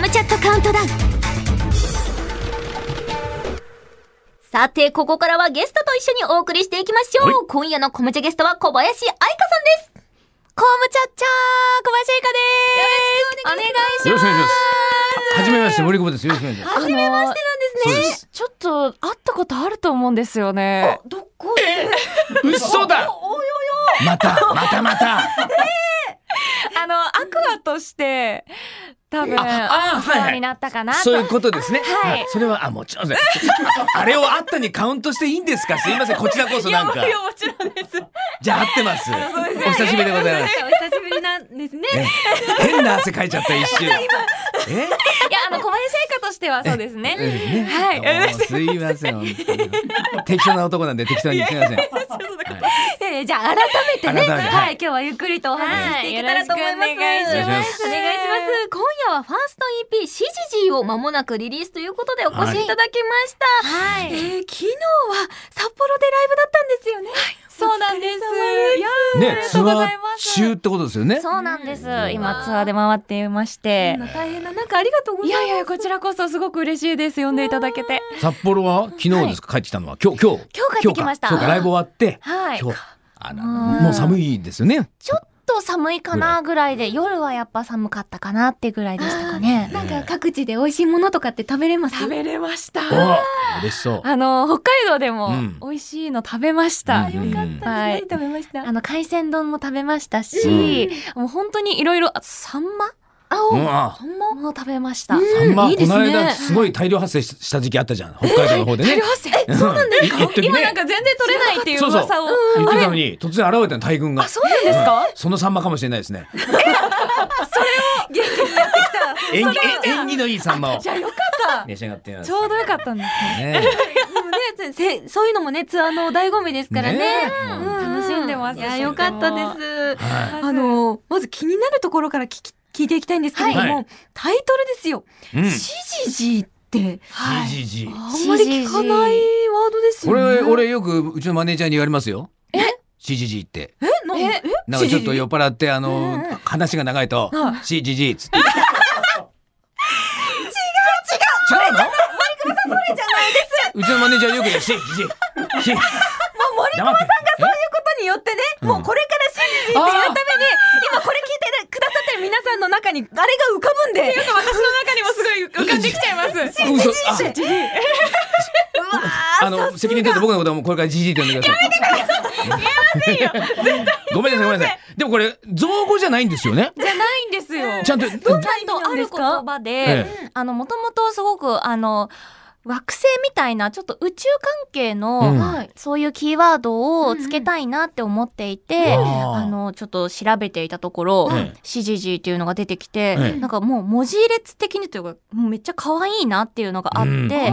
トダウンさて、ここからはゲストと一緒にお送りしていきましょう、はい今夜のコムチャゲストは小林愛香さんですコムチャッチャー小林愛香ですよろしくお願いします。はじめまして、森久保です。よろしくお願いします。初めましてそうなでんですねす。ちょっと会ったことあると思うんですよね。どこで嘘だ。また、また、また。あの、アクアとして、多分、ああはいはいそうになったかなと。そういうことですね。はいあそれは、あ、もちろんです。あれをあったにカウントしていいんですか。すいません、こちらこそなんかい。やもちろんです。じゃあ、合ってます。お久しぶりでございます。お久しぶりなんですね。え変な汗かいちゃった一瞬。えいや、あの、小林愛花としてはそうですね。えねはいどうもすいません。本当に適当な男なんで、適当にすいません。えーじゃあ改めてね、改めてはい、今日はゆっくりとお話ししていけたらと思います。はいよろしくお願いしますお願いします今夜はファースト EP シジジを間もなくリリースということでお越しいただきました。はいえー昨日は札幌でライブだったんですよね。そうなんです。いやね、ありがとうツごアざーいます中ってことですよ ね。そうなんです。今ツアーで回っていましてそん。な大変な中ありがとうございいまやす。いや、こちらこそすごく嬉しいです。呼んでいただけて。札幌は昨日ですか、帰ってきたのは今日今日今日帰ってきました今日か今日かライブ終わって、はい。今日あらうんもう寒いですよねちょっと寒いかなぐらいで、夜はやっぱ寒かったかなってぐらいでしたかね。なんか各地で美味しいものとかって食べれます食べれました。お嬉しそうあの、北海道でもうん美味しいの食べました。うんうんはい何食べましたあの、海鮮丼も食べましたし、もう本当にいろいろ、あサンマ青、 うんあサンマも食べました。うんサンマいいですねこの間すごい大量発生しした時期あったじゃん北海道の方でね大量発生そうなんですか今なんか全然取れないっていうそうそう噂を。言ってたのに突然現れたの大群があ、そうなんですかそのサンマかもしれないですね元気にやってきた。縁起え縁起のいいサンマをじゃあよかった。召し上がってみますちょうどよかったんですね。ねでもね、せせそういうのもね、ツアーの醍醐味ですからね。ねううんん楽しんでますいや、よかったです。はあの、まず気になるところから聞き、聞いていきたいんですけれども、はいタイトルですよ。いうんシジジって、はい。じじあじんまり聞かないワードですこよね。れ俺よくうちのマネージャーに言われますよえしじじってえ、なええなんかちょっシジとジ酔っ払ってあのうんうん話が長いとは「しじじ」っつって。違う違う違うのうちのマネージャーよく「しじじ」しもう森黙ってことによってね、うんもうこれからシジジっていうために、今これ聞いてるくださってる皆さんの中に、あれが浮かぶんで。私の中にもすごい浮かんできちゃいます。え嘘あジジうわーあの責任取って僕のことはもうこれから「じじ」って呼んでくださいやめてくださいごめんなさいごめんなさいでもこれ造語じゃないんですよねじゃないんですよ。ちゃんとちゃんとある言葉で、えあの、もともとすごく、あの、惑星みたいな、ちょっと宇宙関係の、うんはいそういうキーワードをつけたいなって思っていて、うんうんあの、ちょっと調べていたところええ、シジジっていうのが出てきて、ええなんかもう文字列的にというか、もうめっちゃ可愛いなっていうのがあって、うんで、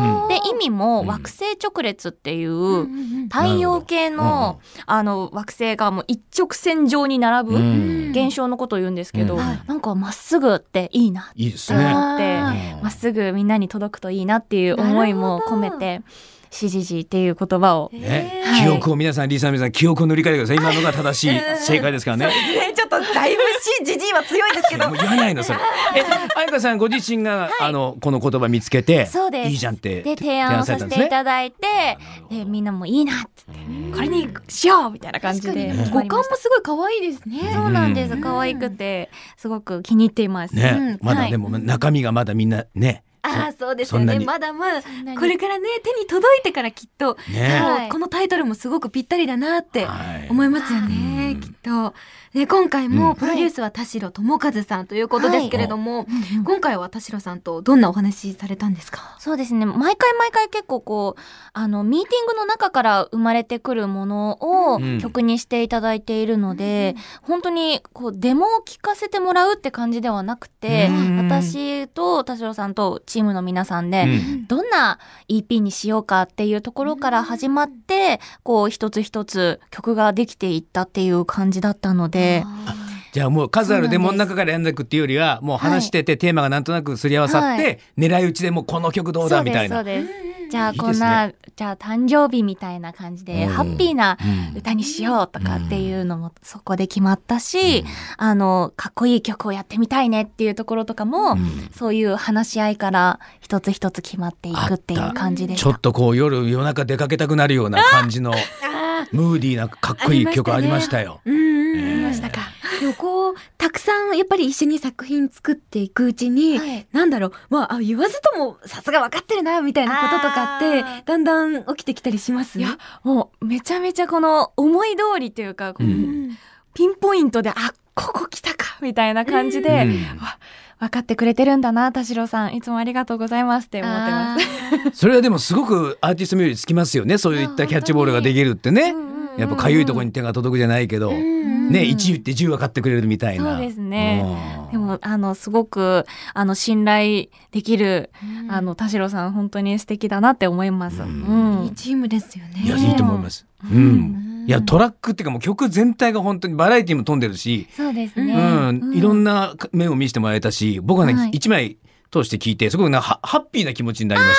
意味も惑星直列っていう、太陽系の、あの惑星がもう一直線上に並ぶ、うん現象のことを言うんですけど、うんなんかまっすぐっていいなっいいですてね思って、うんまっすぐみんなに届くといいなっていう思いも込めて「しじじ」っていう言葉をねえ、ー記 憶を皆さんリスナーの皆さん記憶を塗り替えてください今のが正しい正解ですからねね、ちょっとだいぶシジジは強いですけど。もう言わないの それ。え、愛香さんご自身が、あのこの言葉見つけて、そうですいいじゃんってで提案をさせていただいて、でみんなも「いいな」っつって「これにしよう!」みたいな感じで確かに決五ま感りもましたすごい可愛いですね。そうなんですうん可愛くてすごく気に入っています。ね、うんまはだいでも、中身がまだみんなね、 ああ、そうですそよんなね。にまだまだ、なにこれからね、手に届いてからきっと、ね、はいもうこのタイトルもすごくぴったりだなってはい思いますようねん、きっと。で、今回うんもプロデュースは田代智和さんということですけれども、今回は田代さんとどんなお話しされたんですかそうですね。毎回毎回結構こう、あの、ミーティングの中から生まれてくるものをうん曲にしていただいているので、本当にこう、デモを聴かせてもらうって感じではなくて、うん私と田代さんとチームの皆さんで、うんどんな EP にしようかっていうところから始まって、こう一つ一つ曲ができていったっていう感じだったので、じゃあもう数あるデモの中から選んでいくっていうよりは、もう話してて、テーマがなんとなくすり合わさって、狙い撃ちでもうこの曲どうだみたいな。そうです、そうです。じゃいあいですこんな、ねじゃあ誕生日みたいな感じで、うんハッピーなうん歌にしようとかっていうのもそこで決まったし、あの、かっこいい曲をやってみたいねっていうところとかも、うんそういう話し合いから一つ一つ決まっていくっていう感じでしちょたっ。とこう夜夜中出かけたくなるような感じのムーディーなかっこいい曲あありりままししたよ。うんうんうんええ見ましたか。でもこうたくさんやっぱり一緒に作品作っていくうちに、はいなんだろうまああ言わずともさすが分かってるなみたいなこととかってあーだんだん起きてきたりします。いやもうめちゃめちゃこの思い通りというか、こううんうんピンポイントで、あ、ここ来たかみたいな感じで、うんわ分かってくれてるんだな、田代さん。いつもありがとうございますって思ってます。それはでもすごくアーティスト冥利つきますよねそういったキャッチボールができるってね。やっぱかゆいところに手が届くじゃないけど、うねんね1言って10分かってくれるみたいな。そうですねうんでも、あの、すごく、あの、信頼できる、あの、田代さん、本当に素敵だなって思います。ううんん。いいチームですよね。いやいいと思います。うんうんいやトラックっていうかもう曲全体が本当にバラエティも飛んでるし、そうですねね。うんいろんな面を見せてもらえたし僕はね、はい一枚通して聞いてすごくなハハッピーな気持ちになりまし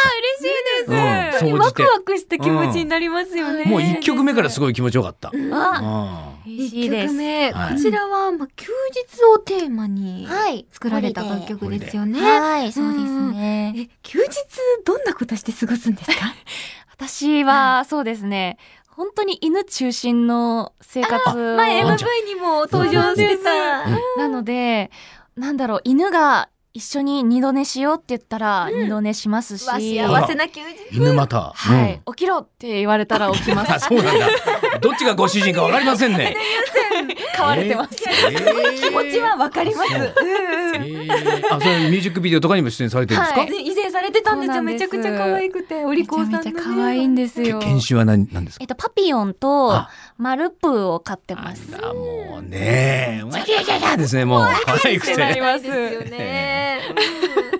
嬉しいですうん総じてワクワクした気持ちにななりますよね。た。もう一曲目からすごい気持ちよかった。る。あ、う嬉し一いで曲す。目、はいこちらは、まあ、休日をテーマにはい。作られた楽曲ですよね。はい、そうですね。え休日どんなことして過ごすんですか私は、そうですね。本当に犬中心の生活を。 前ワン MV ちにも登場してた。なので、なんだろう、犬が一緒に二度寝しようって言ったら、二度寝しますし。わわ幸せな休日。ん、犬また。はうんい。起きろって言われたら起きます。あそうなんだ。どっちがご主人かわかりません ね。飼われてます。えー。気持ちはわかります。そううんえうんーあ、それミュージックビデオとかにも出演されてるんですか。はい以前されてたんですそよ。うなんでめすちゃくちゃ可愛くて、お利口さんのね。めちゃめちゃ可愛いんですよけ研修は何なんですか。 えっと、パピヨンとあマルプーを飼ってあます。らもうね、わきゃきゃきゃですねもう可愛くてなりね。ますよね。うん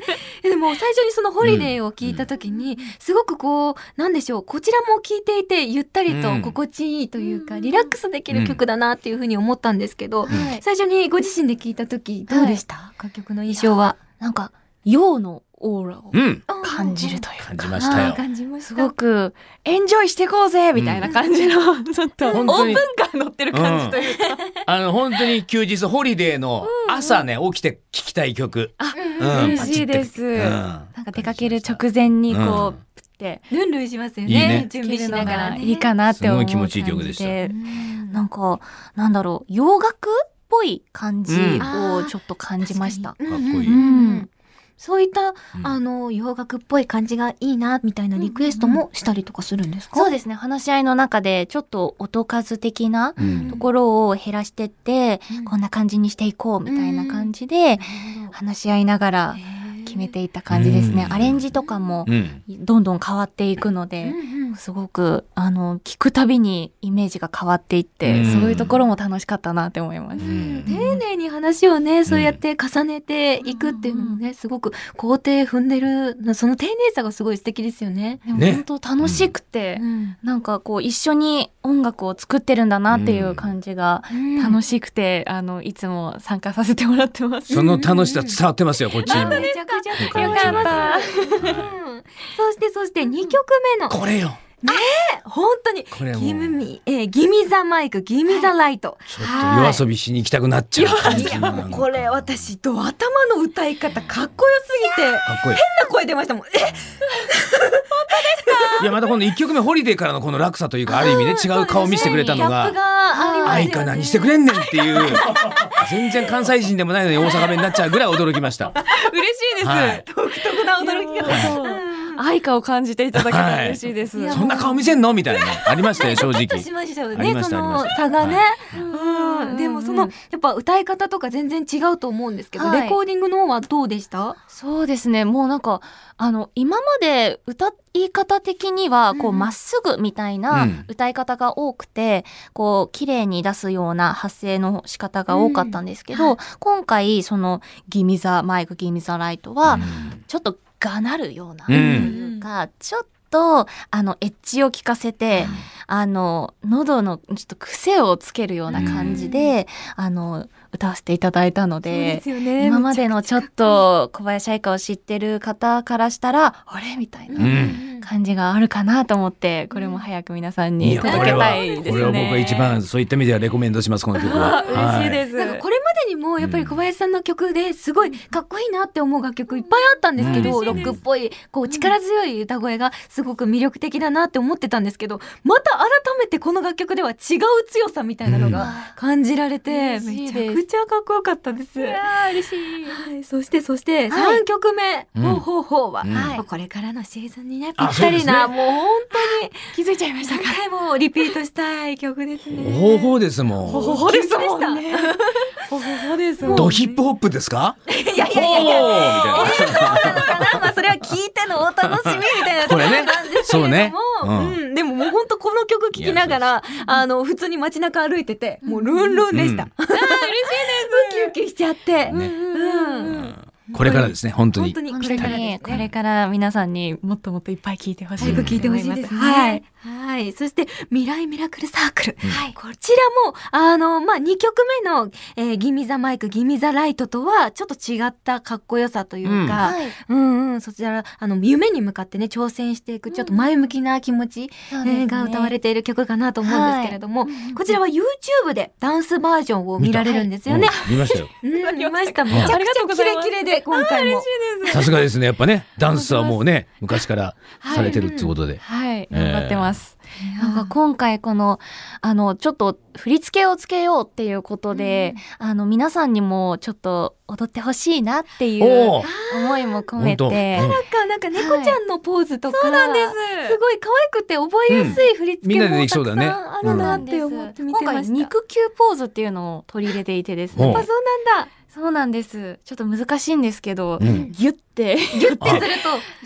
でも最初にそのホリデーを聞いた時に、すごくこう、なんでしょう、こちらも聞いていて、ゆったりうとん心地いいというか、リラックスできる曲だなっていうふうに思ったんですけど、はい。最初にご自身で聞いた時、どうでした、楽曲の印象は。なんか、陽のオーラをうん、感じるというか。感じましたあよー。感じましすた。ごく、エンジョイしていこうぜみたいな感じの、ちょっと、オ本ー当プにンカー乗ってる感じというか。あの本当に休日ホリデーの朝ね起きて聞きたい曲。うん嬉しいです。うんなんか出かける直前にうこんう、プって、ルンルンしますよいいねね。準備しながら、ね。いいかなって思うすごい気持ちいい曲でした感じうんなんか、なんだろう、洋楽っぽい感じうんをちょっと感じました。確かかっこいうんいうんうんそういった、うんあの洋楽っぽい感じがいいなみたいなリクエストもしたりとかするんですか、そうですね、話し合いの中で、ちょっと音数的なうんところを減らしてって、うんこんな感じにしていこうみたいな感じで、話し合いながら決めていった感じですねう。んアレンジとかもうんどんどん変わっていくので、すごく、あの、聞くたびにイメージが変わっていっうて、んそういうところも楽しかったなって思いまうす。ん丁寧に話をねそうやって重ねていくっていうのもねすごく工程踏んでるその丁寧さがすごい素敵ですよね。でもね本当楽しくて、なんかこう一緒に音楽を作ってるんだなっていう感じが楽ししくて、あのいつも参加させてもらってます。その楽しさ伝わってますよこっちにも。めちゃくちゃよわかりかっまたすうんそしてそして2曲目のこれよ。本当にこれもうギミミ、えー、ギミザマイク、ギミザライト。ちょっと夜遊びしに行きたくなっちゃう感いじやのもうこれかっ私ド頭の歌い方かっこよすぎて変なこいい。声出ましたもんえいやまたこの一曲目ホリデーからのこの落差というかあ る意味ね違う顔を見せてくれたのギャップがあが。りますよね愛か何してくれんねんっていう全然関西人でもないのに大阪弁になっちゃうぐらい驚きました。嬉しいです。はい独特な驚きいや方そううん愛花を感じていただけたら嬉しいです。はいいやそんな顔見せんのみたいなありましたよ正直。しましたよありねましそたありのました差がね、はうんうんでもそのやっぱ歌い方とか全然違うと思うんですけど、はいレコーディングの方はどうでしたそうですね。もうなんかあの今まで歌い方的にはこううんま、っすぐみたいうなん歌い方が多くて、こう綺麗に出すような発声の仕方が多かったんですけど、うんは今回そのギミザマイクギミザライトは、ちょっとがなるような、うんというか、ちょっと、あの、エッジを効かせて、あの、喉のちょっと癖をつけるような感じで、あの、歌わせていただいたのそうでで、すよね。今までのちょっと小林愛花を知ってる方からしたら、あれみたいなうん感じがあるかなと思って、これも早く皆さんにいやこ届れけはたいですね。これは僕が一番そういった意味ではレコメンドしますこの曲は。嬉しいはいです。なんかこれまでにもやっぱり小林さんの曲ですごいかっこいいなって思う楽曲いっぱいあったんですけど、うんロックっぽいこう力強い歌声がすごく魅力的だなって思ってたんですけどまた改めてこの楽曲では違う強さみたいなのが感じられて、うんめちゃくちゃかっこよかったです。あ嬉しい。はい、そしてそしてはい3曲目「うんほうほうほうは」うんもうこれからのシーズンにねぴあったりな、そうもう本 気づいちゃいまし当たにか。何回もリピートしたい曲ですね。方法ですもん。ほほですもんね。ほほほですドヒップホップですか？いやいやいやいや。ほーみたいな。 まあそれは聞いてのお楽しみみたいなとこころれねなんですけそうれねども、うんうん、でももう本当この曲聴きながら、あの、普通に街中歩いてて、もうルンルンでした。うん ああ、嬉しいです。ウキウキしちゃって。ねうん。これからですね本当本に当。に本ぴ当ったりにですこね。れから皆さんにもっともっといっぱい聞いてほしい早とく思聞いてほしいですね。ははいい。。はい。そして、未来ミラクルサークル。うんはい。こちらも、あの、まあ、2曲目の、えー、ギミザマイク、ギミザライトとは、ちょっと違ったかっこよさというか、はい。うんうん、そちら、あの、夢に向かってね、挑戦していく、ちょっと前向きな気持ち、そうえですーねが歌われている曲かなと思うんですけれども、こちらは YouTube でダンスバージョンを見られるんですよね。うん見ましたよ。うん、見ました。めんちゃくちありがとうゃごキざいレますキレで、今回も。さすがですねやっ ぱねダンスはもうね昔からされてるってことで。はい、えー頑張ってます。ななんかんか今回この、あの、ちょっと振り付けをつけようっていうことで、あの、皆さんにもちょっと踊ってほしいなっていうおー思いも込め本当。て、うんなんか猫ちゃんのポーズとか、そうなんです。すごい可愛くて覚えやすい振り付みんけなでもでたきそうくさだねんあるなって思って見今てました。回肉球ポーズっていうのを取り入れていてですおねうあ、。そうなんだ。そうなんです。ちょっと難しいんですけど、うんギュッてあする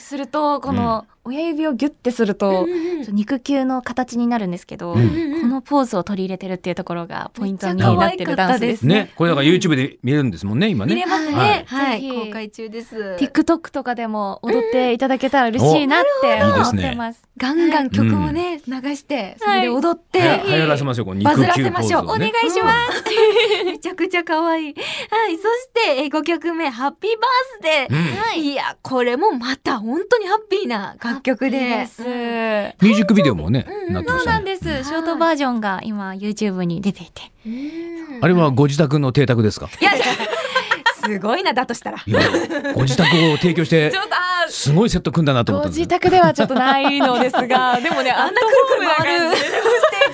すると、この親指をギュッてすると、と、うんうんうんちょっと肉球の形になるんですけど、うんうんこのポーズを取り入れてるっていうところがポイントにめっちゃ可なっ愛てかっるたダンスでですす。ねこれだから YouTube で見れるんですもんね今見れね。ますはねい。はい、ぜひ公開中です。 TikTok とかでも踊っていただけたら嬉しいなっうてんうん思っいいですてねます。ガンガン曲をね、流して、それで踊って、はや流行らせましょうこのバズ肉らせ球まポしょうーズをね。お願いしますめちゃくちゃ可愛い。はい、そして、えー、5曲目、ハッピーバースデー。うんい、や、これもまた本当にハッピーな楽曲で。す。うんミュージックビデオもねうんうんなってまそうしなたんね。です。シいョートバージョンが今 YouTube に出ていて。いあれはご自宅の邸宅ですか。や、いやすごいな、だとしたら。 いやご自宅を提供してちょっと、あーすごいセット組んだなと思ごったんです自けど。宅ではちょっとないのですが、でもね、ああんんななくるくホームるな回感るじ ス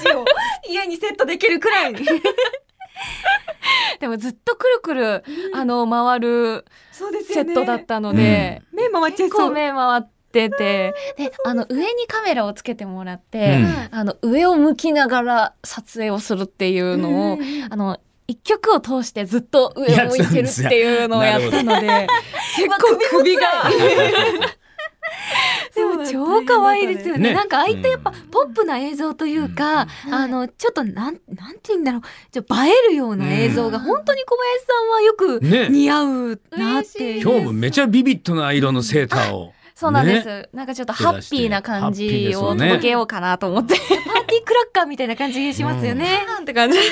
テージを家にセットできるくらいに。でもずっとくるくる、あの、回る そうでセットだったのうんで、目回っちゃい結そ構う。目回ってて、で、あの、上にカメラをつけてもらって、うんあの、上を向きながら撮影をするっていうのを、あの、一曲を通してずっと上を向いてるっていうのをやったので、結構首が。でも超可愛いですよね。ねなんかああいったやっぱうんポップな映像というか、うんあの、ちょっとなん、なんて言うんだろう、ちょっと映えるような映像がうん本当に小林さんはよくね似合うなっていう。今日もめちゃビビッドな色のセーターを。そうなんです、なんかちょっとハッピーな感じを届けようかなと思って。パーティークラッカーみたいな感じしますよね。なんて感じ。うん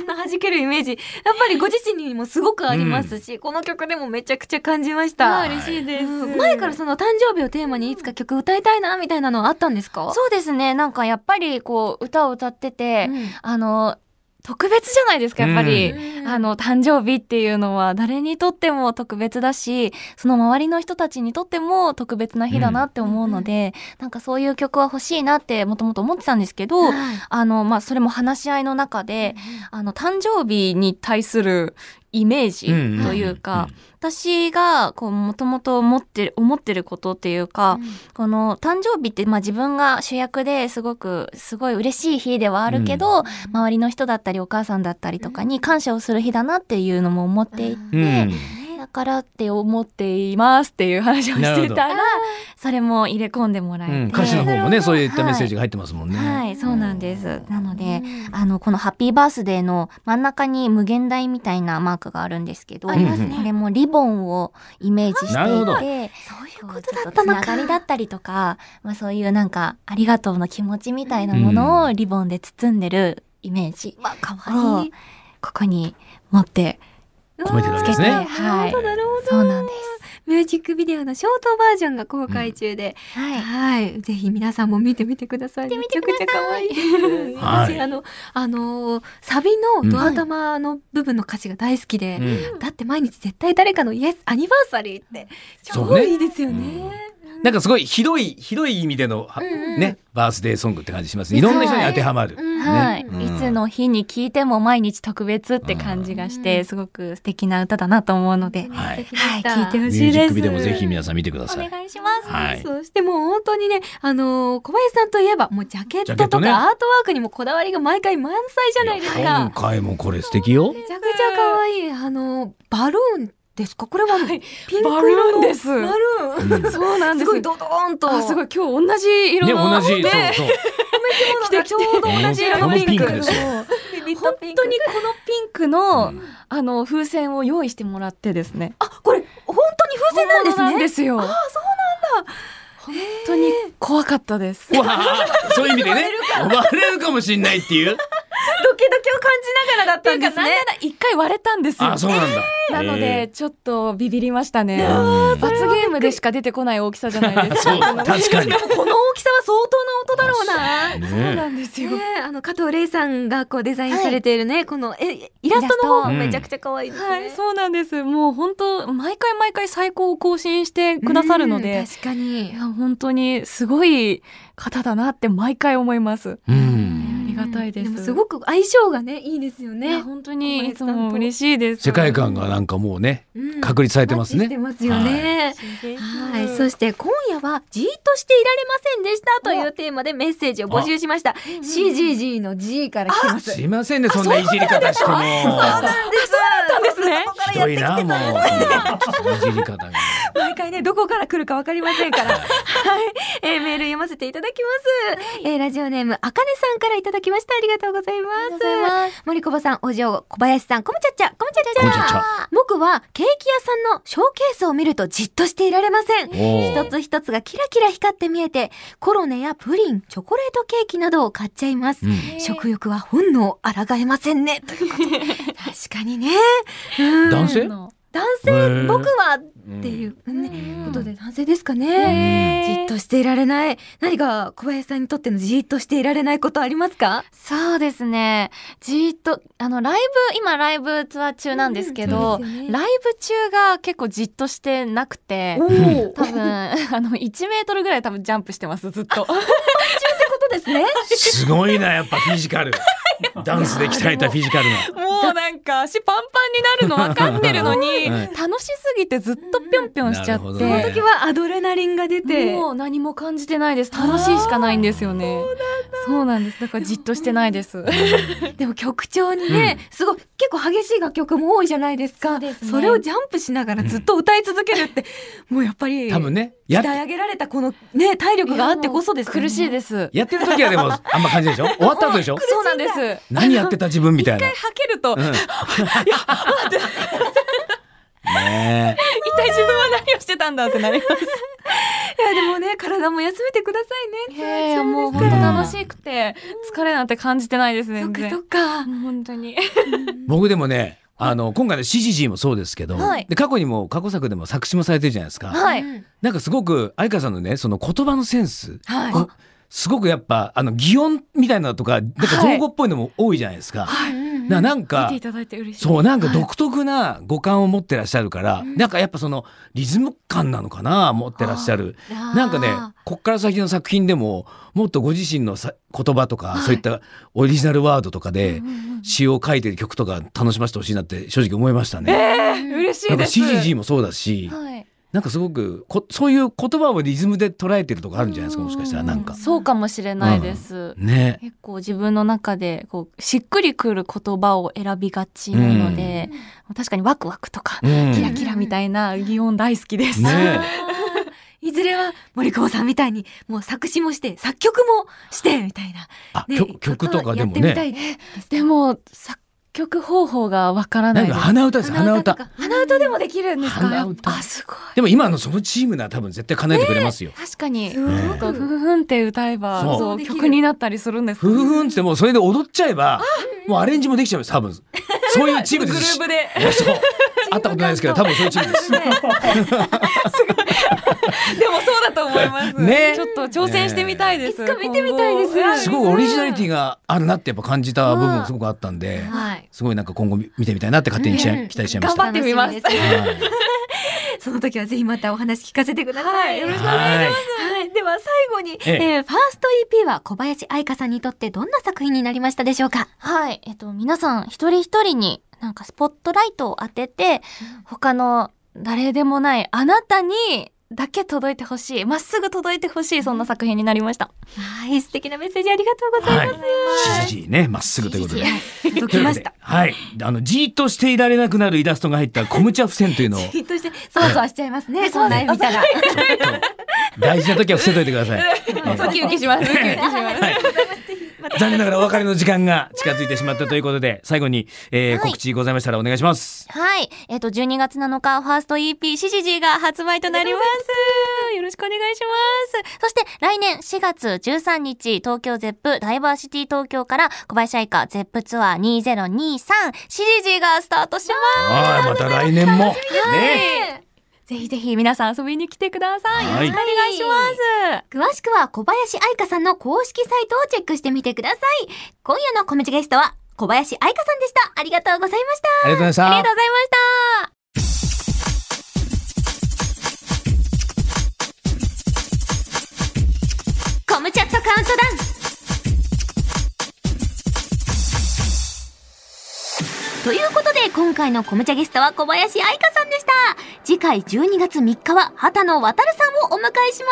そんな弾けるイメージ、やっぱりご自身にもすごくありますし、この曲でもめちゃくちゃ感じました。嬉しいでうん前からその誕生日をテーマにいつか曲歌いたいなみたいなのはあったんですかそうですね。なんかやっぱりこう歌を歌ってて、あの、特別じゃないですか、やっぱり。うんあの、誕生日っていうのは誰にとっても特別だし、その周りの人たちにとっても特別な日だなって思うので、なんかそういう曲は欲しいなってもともと思ってたんですけど、はいあの、まあ、それも話し合いの中で、あの、誕生日に対するイメージうんというか、私が、こう、もともと思ってる、思ってることっていうか、この誕生日って、まあ、自分が主役ですごく、すごい嬉しい日ではあるけど、周りの人だったりお母さんだったりとかに感謝をする日だなっていうのも思っていて、うん。だからって思っていますっていう話をなしるほてどたらそれも入れ込んでもらえうて、ん、歌詞の方もねそういったメッセージが、が入ってますもんね。はいはいそうなんですなのでうんあのこの「ハッピーバースデー」の真ん中に無限大みたいなマークがあるんですけどありますねこれもリボンをイメージしてなるほどいてそういこううことちょだっったとつのなかがりだったりとか、まあ、そういうなんかありがとうの気持ちみたいなものをリボンで包んでるイメージまあ可を愛いここに持って込めてるわつけでけて、すね。はいなるほどそうなんです、ミュージックビデオのショートバージョンが公開中で、はい、はい、ぜひ皆さんも見てみてください。めちゃくちゃ可愛いです。はい私あのあのーサビのドア玉の部分の歌詞が大好きで、うだって毎日絶対誰かのイエスアニバーサリーってそう超ねいいですよね。ん、なんかすごい広い広い意味での、はうんうんねバースデーソングって感じしますね。いろんな人に当てはまる。うんはい、うんいつの日に聴いても毎日特別って感じがして、うんすごく素敵な歌だなと思うので、はいはい、聴いてミュほしーいジッです。クビデオもぜひ皆さん見てください。お願いします。はい。そしてもう本当にね、あのー小林さんといえば、もうジャケッジャケットとトかねアートワークにもこだわりが満載じゃないですいや今か。回もこれ素敵よ。めちゃくちゃ可愛い、あのーバルーンですかこれはピンクバ色ルのーンですバルーン。うんそうなんすです。ごいドドーンと。あすごい今日同じ色ねの。同じそうそう。着てちょうど同じ色のピンク。このピンクです本本当にこのピンクの、うんあの風船を用意してもらってですね。あこれ本当に風船なんです本物ね。ですよ。あそうなんだ。本当に怖かったです。うわーそういう意味でね、思われるかもしれないっていう。ドキドキを感じながらだっってたんいうでかすなんなねら。一回割れたんですよ。あ、そうなんだ。なのでえちょっとビビりましたね。ー、うん罰ゲームでしか出てこない大きさじゃな いですか。そう確かに。この大きさは相当な音だろうな。ねそうねなんですよ。え、あの加藤玲さんがこうデザインされているね、このえイラストの方もめちゃくちゃ可愛いですね。はい、そうなんです。もう本当毎回毎回最高を更新してくださるのうんで、確かいに。や本当にすごい方だなって毎回思います。うあん。りがたいですでもすごく相性がねいいですよいやね。本当にいつ小林さんもと嬉しいです。世界観がなんかもうね、うん確立されてますマッチしてね。ますよね。はい、そして今夜はじーっとしていられませんでしたというテーマでメッセージを募集しました。CGG の G から来てます。すいませんね、そんないじり方しても。そうなんですね。ひどいな、もう。いじり方が。毎回ね、どこから来るかわかりません から。はい、えーメール読ませていただきます。えーラジオネーム、あかねさんからいただきました。ありがとうございます。森久保さん、おじょう、小林さん、こむちゃっちゃ、こむちゃっちゃ。こむちゃっちゃ僕はケーキ屋さんのショーケースを見るとじっとしていられません。おー一つ一つがキラキラ光って見えて、コロネやプリン、チョコレートケーキなどを買っちゃいます。うん食欲は本能を抗えません ね。ということで確かにね。うん男性男へ性、ー僕はっっていう、ね、んことで男性ですかね。じっとしていられない。何か小林さんにとってのじっとしていられないことありますかそうですね。じーっと、あの、ライブ、今ライブツアー中なんですけど、うんそうですよねライブ中が結構じっとしてなくて、ー多分、 あの、1メートルぐらい多分ジャンプしてます、ずっと。そうですね。すごいな、やっぱフィジカル。ダンスで鍛えたフィジカルな。もうなんか足パンパンになるの分かってるのに、 はい楽しすぎてずっとぴょんぴょんしちゃなるっほどて、そのね時はアドレナリンが出て。もう何も感じてないです楽しいしかないんですよねそうなんですだからじっとしてないですでも曲調にね、すごい結構激しい楽曲も多いじゃないですかそうそですねれをジャンプしながらずっと歌い続けるって、 もうやっぱり多分ね、やっ鍛え上げられたこのね体力があってこそです、ね、苦しいでですやってる時はでもあんま感じないでしょ終わった後でしょそうなんですは何やってた自分みたいな。けると、うんねえ一体自分は何をしてたんだってなりますいやでもね体も休めてくださいねへえもう本当楽しくて疲れなんて感じてないですねそっかそっもかう本当に僕でもね、あの、今回の CGG もそうですけど、はいで過去にも過去作でも作詞もされてるじゃないですか。はいうんなんかすごく、愛花さんのね、その言葉のセンス。はいこすごくやっぱ、あの、擬音みたいなのとか、なんかはい造語っぽいのも多いじゃないですか。うんななん見かてい、ただいて嬉しいそう、なんか独特な五感を持ってらっしゃるから、なんかやっぱその、リズム感なのかな、持ってらっしゃる。なんかねあ、こっから先の作品でも、もっとご自身のさ言葉とか、そういったオリジナルワードとかで、詩を書いてる曲とか楽しませてほしいなって正直思いましたね。嬉しないんかです CGG もそうだし、はいなんかすごくこそういう言葉をリズムで捉えてるとこあるんじゃないですかもしかしたらなんか。そうかもしれないです。ね。結構自分の中でこうしっくりくる言葉を選びがちなので、確かにワクワクとか、うんキラキラみたいな擬音大好きです。ね いずれは森久保さんみたいにもう作詞もして作曲もしてみたいな、あ、ね曲曲とかでやもってね。みたいですでも作曲方法がわからなないんでかす。鼻歌です鼻歌と。か鼻歌でもできるんですか鼻歌あすごいでも今のそのチームなら多分絶対叶えてくれますよ。確かに。すごふくふふんって歌えばそうそうできる曲になったりするんですかふふふんってもうそれで踊っちゃえばもうアレンジもできちゃいます多分。そういうチームです。グルーいやそう。会ったことないですけど多分そういうチームです。プででもそうだと思いますねちょっと挑戦してみたいですねいつか見てみたいです今後すごいオリジナリティがあるなってやっぱ感じた部分もすごくあったんで、はいすごいなんか今後見てみたいなって勝手に期うん待期待しちゃいまし頑張ってみます楽しみですた。はいその時はぜひまたお話聞かせてください、よろしくお願いしますはい。はい、では最後に、えええーファースト EP は小林愛香さんにとってどんな作品になりましたでしょうかはい。えっと、皆さん一人一人になんかスポットライトを当てて、他の誰でもないあなたにだけ届いてほしい。まっすぐ届いてほしい。そんな作品になりました。はい、素敵なメッセージありがとうございます。はい。じじね、まっすぐということで。届きました。はい。あの、じーっとしていられなくなるイラストが入ったコムチャ付箋というのを、きっとして、 そ わそわしちゃいますね、この絵見たら。大事な時は伏せといてください。ええ ウキウキします。ウキウキします。はい残念ながらお別れの時間が近づいてしまったということで、最後に、えーはい告知ございましたらお願いします。はい。えっと、12月7日、ファースト EP、シシジが発売となります。よろしくお願いします。そして、来年4月13日、東京ゼップダイバーシティ東京から、小林愛香ゼップツアー2023、シジジがスタートしまはい、また来年も。す。ね。はいぜひぜひ皆さん遊びに来てください。よはろいしくお願いしま詳す。しくは小林愛香さんの公式サイトをチェックしてみてください。今夜のコメチゲストは小林愛香さんでした。ありがとうございました。ありがとうございました。ありがとうございました。コムチャットカウントダウンということで今回のコムチャゲストは小林愛香さんでした次回12月3日は畑野渉さんをお迎えしま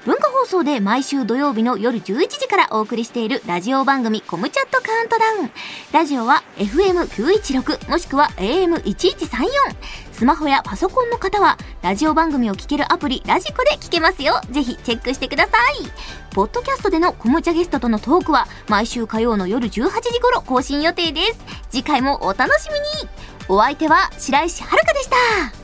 す文化放送で毎週土曜日の夜11時からお送りしているラジオ番組コムチャットカウントダウンラジオは FM916 もしくは AM1134 スマホやパソコンの方はラジオ番組を聴けるアプリラジコで聴けますよぜひチェックしてくださいポッドキャストでのコムチャゲストとのトークは毎週火曜の夜18時頃更新予定です。次回もお楽しみにお相手は白石遥でした。